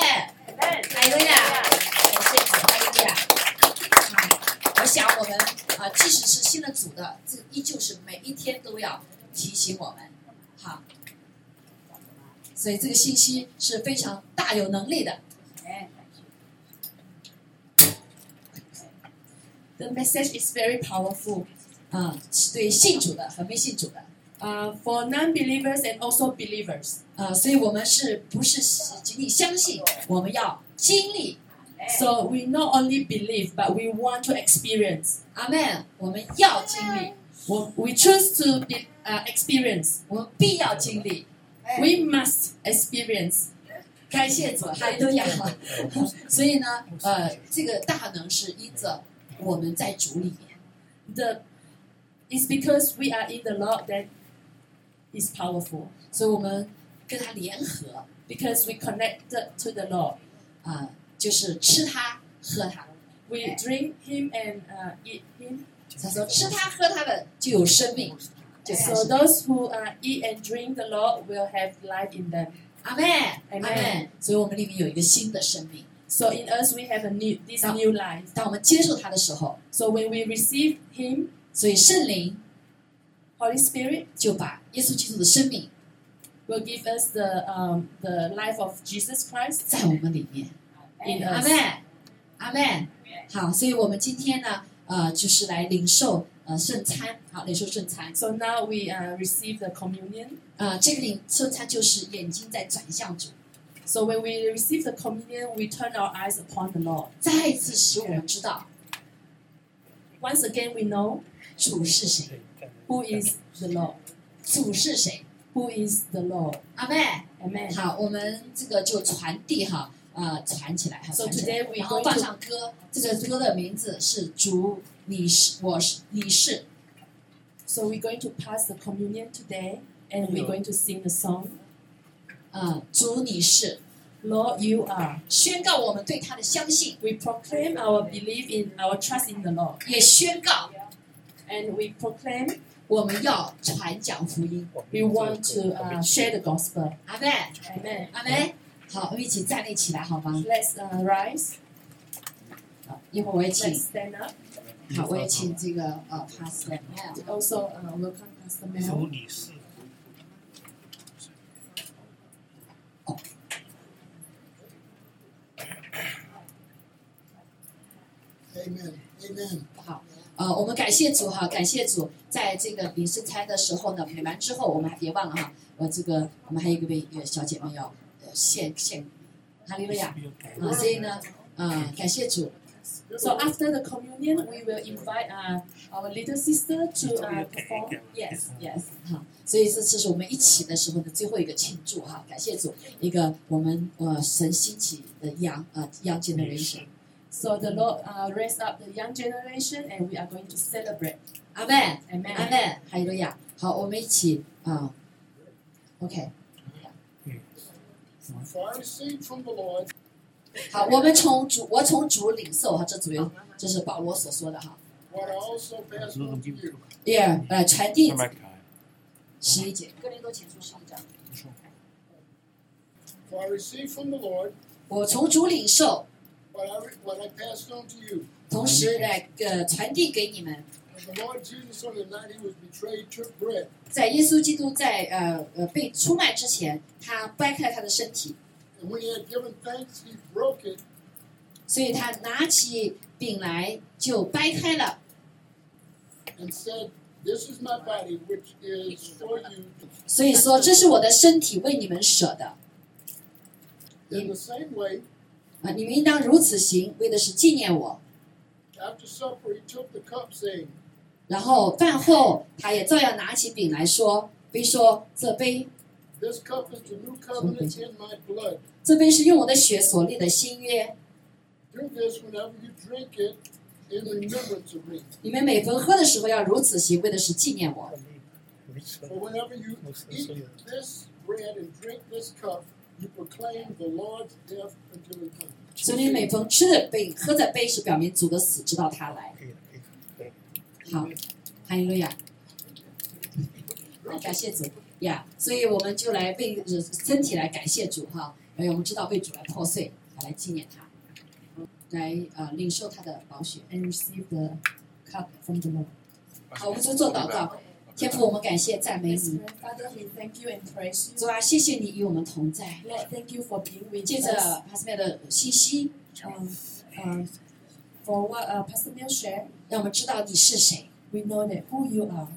哈利路亚，啊感谢主，哈利路亚。好，啊我想我们啊，即使是信了主的，这依旧是每一天都要提醒我们，好。所以这个信息是非常大有能力的，
Amen. Thank you.
The message is very powerful 啊，是对信主的和没信主的
Uh, for non-believers and also believers.
啊，所以我们是不是仅仅相信？我们要经历
So we not only believe, but we want to experience.
阿门，我们要经历，
We we choose to be, uh, experience.
我们必要经历。
We must experience.
感谢主，哈利路亚。 所以呢，呃，这个大能是因着我们在主里面，
The it's because we are in the Lord that is powerful.
所以我们跟他联合
Because we connected to the Lord,
啊、就是吃他喝他。
we drink Him and uh, eat Him.
他说吃他喝他的就有生命，就开
So
始。
those who uh, eat and drink the Lord will have life in them.
阿门，阿
Amen
门。所以我们里面有一个新的生命。
So in us we have a new this
Yeah.
new life.
当我们接受他的时候，
So when we receive Him,
所以圣灵
Holy Spirit
就把耶稣基督的生命
will give us the um, the life of Jesus Christ
在我们里面。
in
阿
us.
门，阿门。好，所以我们今天呢，呃，就是来领受呃圣餐，好，领受圣餐。
So now we uh, receive the communion.
呃，这个领圣餐就是眼睛在转向主，
So when we receive the communion, we turn our eyes upon the Lord.
再一次使我们知道
Once again, we know
主是谁，
who is the Lord.
主是谁。
Who is the Lord?
阿妹，
Amen.
好，我们这个就传递哈，呃，传起来哈，
So
传起来
today，we
然后
going
放
to
上歌，这个歌的名字是主，你是，我是，你是，
so we're going to pass the communion today, and we're going to sing the song.
呃，主你是，
Lord, you are.
宣告我们对他的相信，
We proclaim our belief in our trust in the Lord,
也宣告
and we proclaim
我们要传讲福音。
we want to uh, share the gospel.
阿妹，
Amen.
阿妹，好，我们一起站立起来好吗？
Let's uh, rise.
好，一会儿我也请
Let's stand up.
好，我也请这个呃 Pastor m a l
Also, uh, welcome Pastor Mel.
如你是，
Amen. Amen.
好，呃，我们感谢主哈，感谢主，在这个领圣餐的时候呢，领完之后，我们还别忘了哈，呃，这个我们还有一个位呃小姐妹要呃献献哈利路亚啊，所以呢，呃，感谢主，
So after the communion, we will invite uh, our little sister to uh, perform. Yes, yes.
哈，所以这次是我们一起的时候的最后一个庆祝哈，感谢主，一个我们呃神兴起的羊呃羊 generation，
So the Lord uh, raised up the young generation, and we are going to celebrate.
阿妹，
Amen.
阿妹，哈利路亚，好，我们一起啊、o k
For I received from the Lord
好，我们从主，我从主领受哈，这主有，这是保罗所说的哈。
what I also passed on to you.
Yeah，呃，传递
麦
十一节，
哥林多前书十一章，
For I received from the Lord
我从主领受，
what I, what I passed on to you.
同时来呃传递给你们，
And the Lord Jesus, on the night he was betrayed, took bread.
在耶稣基督在呃呃被出卖之前，他掰开他的身体，
And when he had given thanks, he broke it
所以他拿起饼来就掰开了，
and said, This is my body, which is for you.
所以说这是我的身体为你们舍的，
In the same way,
啊、你们应当如此行，为的是纪念我。
after supper, he took the cup, saying,
然后饭后，他也照样拿起饼来说，杯说这杯
This cup is the new covenant in my blood.
这杯是用我的血所立的新约，
Do this whenever you drink it in remembrance of me.
你们每逢喝的时候要如此行，为的是纪念我。
For whenever you eat this bread and drink this cup, you proclaim the Lord's death until he comes.
所以你每逢吃的杯、喝的杯，是表明主的死，直到他来。好，哈利路亚，好，感谢主呀所以我们就来为呃身体来感谢主哈，哎，我们知道为主来破碎，好来纪念他，来呃领受他的宝血。
and receive the cup from the Lord.
好，我们就做祷告。天父，我们感谢赞美
Yes,
你，
Lord. Father, we thank you and praise
主
you.
啊，谢谢你与我们同在。
Lord, thank you for being
借
with
着
us.
哈斯麦的信息，
Um, um, for what uh, Pastor Neil shared,
让我们知道你是谁，
we know that who you are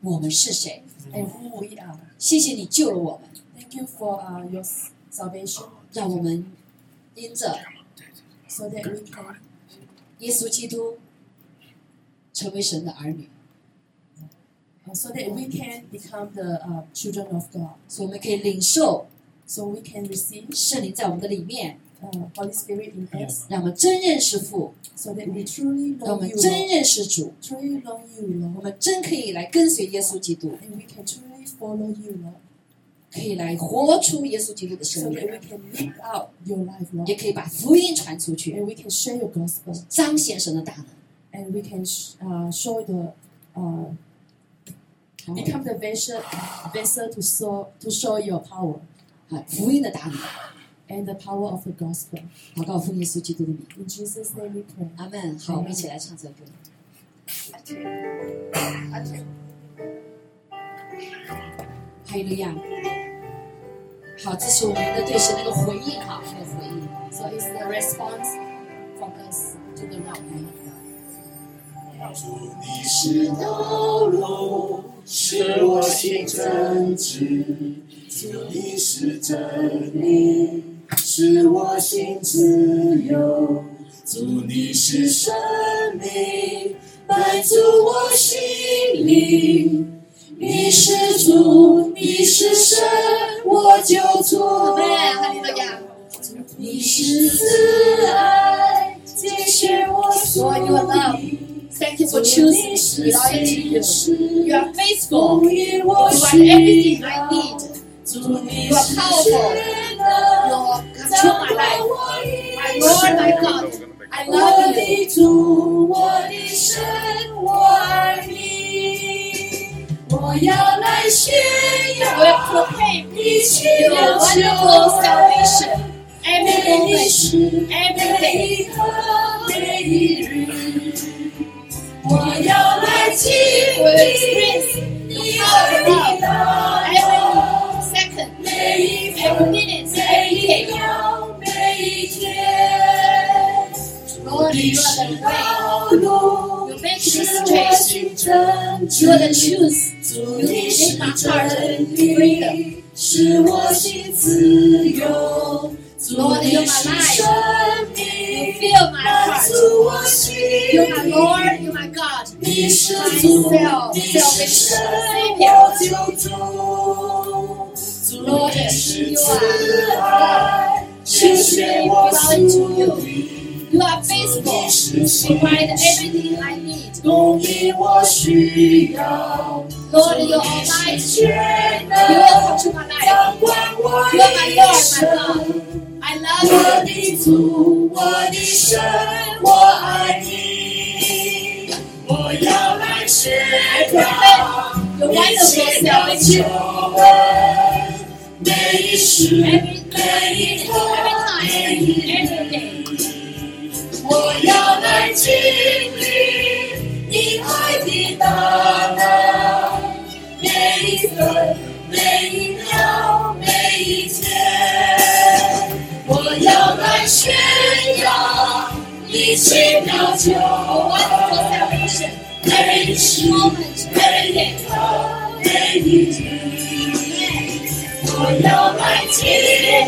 我们是谁。
and who we are.
谢谢你救了我们，
Thank you for uh, your s- salvation
让我们因着
so that we can
耶稣基督成为神的儿女，
uh, so that we can become the uh, children of God.
所以我们可以领受
So we can receive
圣灵在我们的里面，
uh, Holy Spirit in us
让我们真认识父，
so that we truly
让我
know
们
you,
真
Lord.
认识主，
Truly know you,
我
Lord.
们真可以来跟随耶稣基督，
And we can truly follow you, Lord.
可以来活出耶稣基督的
So
生
that
命，
we can live out your life, Lord.
也可以把福音传出去，
And we can share your gospel.
彰显神的大能。
And we can sh- uh, show the uh,
好
become the vessel vessel to show to show your power
好，福音的大能，
and the power of the gospel.
祷告奉耶稣基督的名，
In Jesus' name we pray.
阿门。好，我们一起来唱这首歌。哈利路亚。好，这是我们的对神的一个回应哈，一个回应。
So it's the response from us to the rock.
你是道路，是我心真挚；主你是真理，是我心自由；主你是生命，满足我心灵。你是主，你是神，我就做。你是慈爱，解决我所有的。
Thank you for
求
choosing
你
me,
是
loyalty
谁
to you.
是
You are faithful.
供应
You
我
are
需
everything
要
I need.
主你
You are
是
powerful.
全能，
Lord, control my life.
我一
My Lord, my God. I
我
love you.
的主，我的神，我爱你。我要来宣
我要
扬
proclaim
你奇
your
妙
wonderful
救
salvation.
恩，
Every
每一
moment,
时，每
every day.
一刻，每一日。我要来经
We will
历
experience
你
power
爱
of
你
love.
的
Every
爱，
second,
每一分
every。minute,
每
every day.
一秒，每一天，
Lord,
你
you
是
are the way.
道路
You，make
是
me
我
straight.
心真
You are the
挚。
truth.
主
You
你
make
是
my
真
heart
理
freedom.，
使我心自由。主
Lord,
你
you're
是
my
生
You
命，
fill my
满
heart.
足我心
You're my
灵。
Lord, you're my God.
你是
My
主，
self,
你是
salvation,
神，
Savior.
我救主。主
Lord,
你是
you
慈
are.
爱，解决我所
You
有。
are
主
faithful.
你是信
Provide everything I need.
供应我需要。
Lord, you're
主你
almighty.
是全
You will
能，
control my life.
掌管我
You are my
一
Lord, my
生
God.。I
我
love you.
的主，我的神，我爱你，我要来宣扬你奇妙救恩，每一时
Every
每
day,
一
every
刻每一
time,
日，
every day.
我要来经历你爱的大能，每一分每一秒每一天。我要来宣扬你奇妙救
Wonderful
恩，
salvation.
每一时
Moment, every
每一
day.
刻每一日，我要来经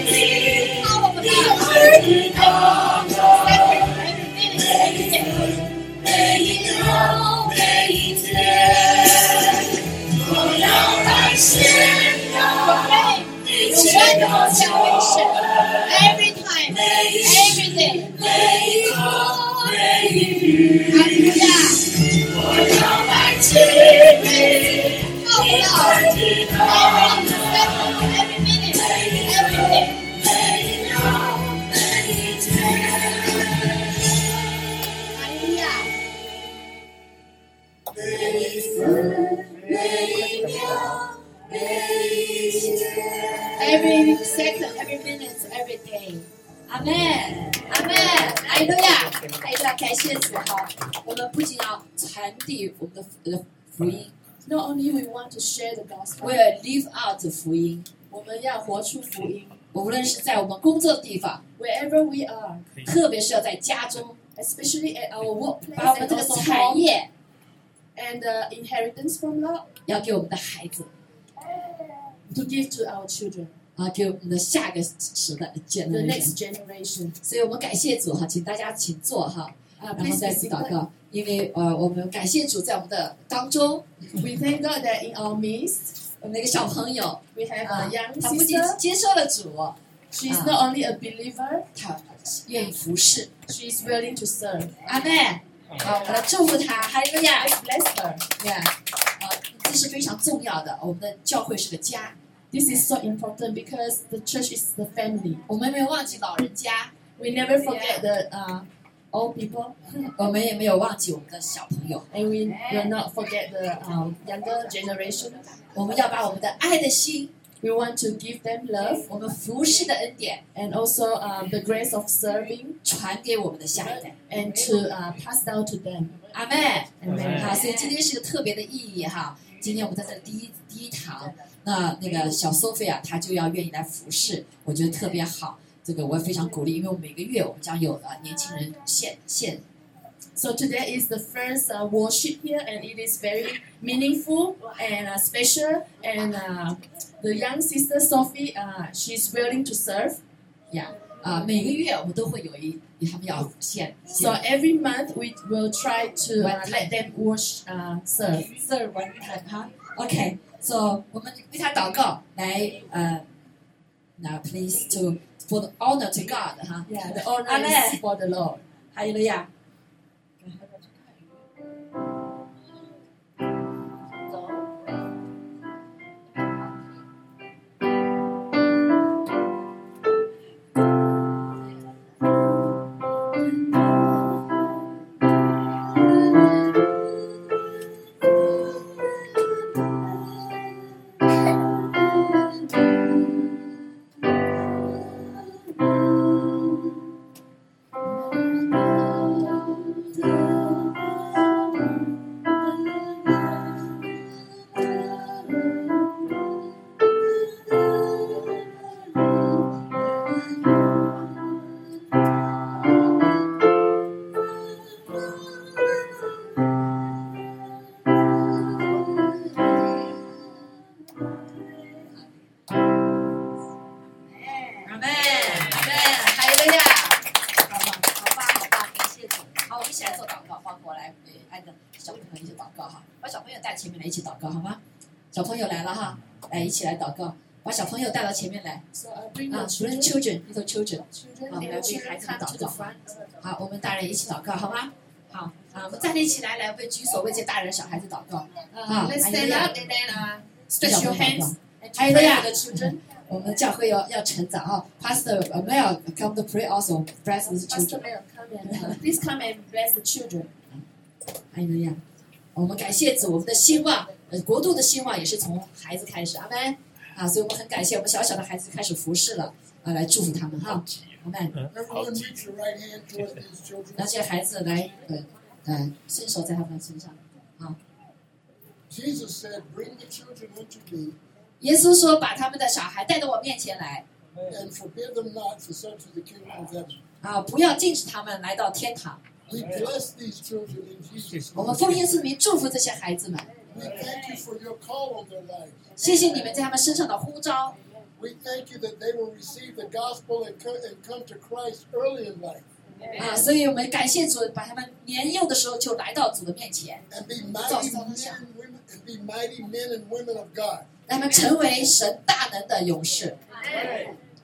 历
Power of love.
你爱的大能，
Every every minute,
每
every day.
一分每一秒每一天，我要来宣扬
Pray.
你
Your
奇
wonderful
妙救
salvation.
恩。
Every time, every day.
每一刻每一日，
Hallelujah.
我要来经历
Power
你
of love.
爱的
Every second, every minute, every
大能，
day, every day.
每一秒每一天，
Hallelujah.
每一分每一秒每一天。
Every second, every minute, every day. Amen. Amen. 哈利路亚，哈利路亚，感谢主哈！我们不仅要传递我们的福呃福音，
Not only we want to share the gospel，
我也 live out 福音。
我们要活出福音。
我无论是在我们工作的地方，
Wherever we are,
特别是要在家中，
especially at our
把我们
workplace and
这个
also
产
home
业
and the inheritance from Lord
要给我们的孩子，
to give to our children,
啊，给我们的下一个时代
the
见
next generation.
所以我们感谢主哈，请大家请坐哈，
Uh,
然后
please
再
be
次祷
seated.
告，因为呃，我们感谢主在我们的当中，
We thank God that in our midst
我们的一个小朋友，
we have
Uh,
a young
他不仅
sister.
接受了主，
She's
uh,
not only a believer,
他愿意服侍，
she's willing to serve.
阿妹，好，我们来祝福他，哈利路亚，
Let's bless her.
对，啊，这是非常重要 Uh, 的，我们的教会是个家，
This is so important because the church is the family.
我们没有忘记老人家，
We never forget the uh, old people,
我们也没有忘记我们的小朋友，
and we will not forget the uh, younger generation.
um, 我们要把我们的爱的心，
We want to give them love
我们服侍的恩典
and also uh, the grace of serving
传给我们的下一代，
and to uh, pass down to them.
阿妹。
Amen.
哎好，所以今天是个特别的意义哈。今天我们在这第一第一堂，那那个小 Sophia 她就要愿意来服侍，我觉得特别好。这个我也非常鼓励，因为我们每个月我们将有呃年轻人献献
So today is the first uh, worship here, and it is very meaningful and uh, special. And uh, the young sister Sophie, uh, she's willing to serve.
啊、每个月我们都会有一他们要献
So
献
every month we will try to uh,
One time.
let them wash uh, serve.
四十万台哈。OK，so、我们为他祷告，来呃，那 please to for the honor to God 哈。
Ah, Yeah, the honor
Amen.
is for the Lord.
哈利路亚。阿妹，阿妹，还有呀，好棒，好棒，好棒，感谢主。好，我们一起来做祷告，包括我来给按着小朋友一起祷告哈，把小朋友带前面来一起祷告好吗？小朋友来了哈，来一起来祷告，把小朋友带到前面来
So uh, bring
啊
your
，children
children,
children little children，
children
Ah,
and
maybe I
children
can
come to the
talk.
front.
好，我们大人一起祷告好吗？好啊，我们站立起来，来为举手为这大人小孩子祷告。Ah,
Uh, let's stand
hallelujah.
up and then uh,
对
stretch
小
your
朋友祷
hands
告。
and to pray
Hallelujah.
for the children.
我们教会要要成长啊，Pastor Mel come to pray also bless these children
Pastor。Mel, come and uh, please come and bless the children.
哎呀呀！我们感谢主，我们的兴旺，呃，国度的兴旺也是从孩子开始，阿门啊！所以我们很感谢我们小小的孩子开始服侍了，啊，来祝福他们哈，阿门。
Everyone reach your right hand towards these children.
让这些孩子来，呃，呃，伸手在他们身上。
Jesus said, Bring the children unto me
耶稣说：“把他们的小孩带到我面前来，
and forbid them not, for such is the kingdom of heaven.
啊，不要禁止他们来到天堂。
We bless these children in Jesus' ”
我
name.
们奉耶稣名祝福这些孩子们，
We thank you for your call on their lives.
谢谢你们在他们身上的呼召，
We thank you that they will receive the gospel and come, and come to Christ early in life
啊，所以我们感谢主，把他们年幼的时候就来到主的面前，
and be mighty men and women and be mighty men and women of God.
让他们成为神大能的勇士。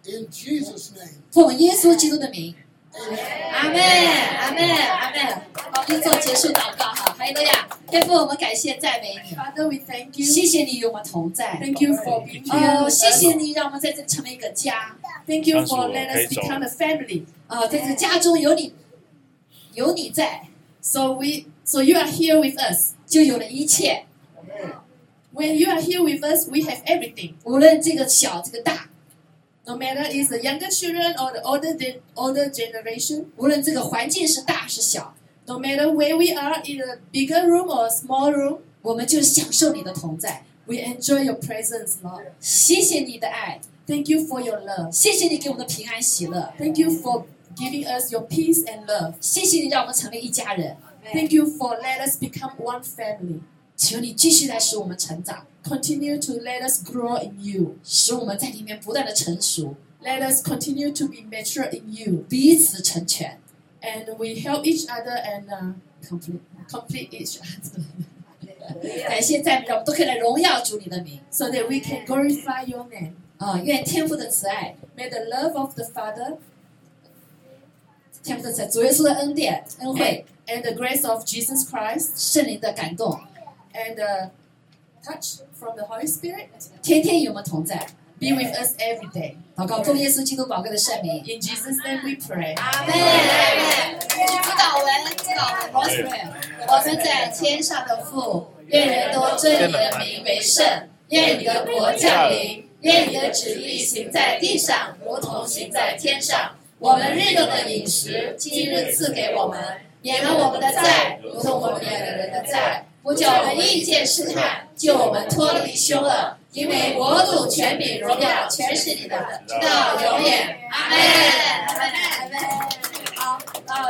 In Jesus' name.
奉耶稣基督的名，
Amen.
阿门，阿门，阿门。好，我们做结束祷告哈，还有个呀，天父，我们感谢赞美
Father, we thank
你，
you.
谢谢你与我们同在。
Thank you for being here.
哦，
with
谢
us.
谢你让我们在这成为一个家，
Thank you for letting us become a family.
啊，在这个家中有你，有你在，
So we, so you are here with us.
就有了一切。
When you are here with us, we have everything.
无论这个小这个大，
No matter it's the younger children or the older gen- older generation,
无论这个环境是大是小，
no matter where we are in a bigger room or a small room,
我们就是享受你的同在。
We enjoy your presence, Lord.
谢谢你的爱，
Thank you for your love.
谢谢你给我们的平安喜乐，
Thank you for giving us your peace and love.
谢谢你让我们成为一家人。
Thank you for let us become one family.
求你继续来使我们成长，
Continue to let us grow in you.
使我们在里面不断的成熟，
Let us continue to be mature in you.
彼此成全。
And we help each other and uh,
complete。
complete each other
感谢赞美，让我们都可以来荣耀主你的名
so that we can glorify your name.
啊、愿天父的慈爱，
May the love of the Father
天父的慈爱，主耶稣的恩典、恩惠、
and the grace of Jesus Christ
圣灵的感动，
and the touch from the Holy Spirit
天天与我们同在。
be with us every day.
祷告，奉耶稣基督宝贵的圣名。
In Jesus' name we pray.
阿妹，主导文，主导文 r o s e m a r 我们在天上的父，愿人都尊你的名为圣，愿你的国降临，愿你的旨意行在地上，如同行在天上。我们日用的饮食，今日赐给我们，免了我们的债，如同我们免了人的债，不叫我们遇见试探，救我们脱离凶恶。因为国度、权柄、荣耀，全是你的，直到永远。阿门。阿门。阿门。好，啊。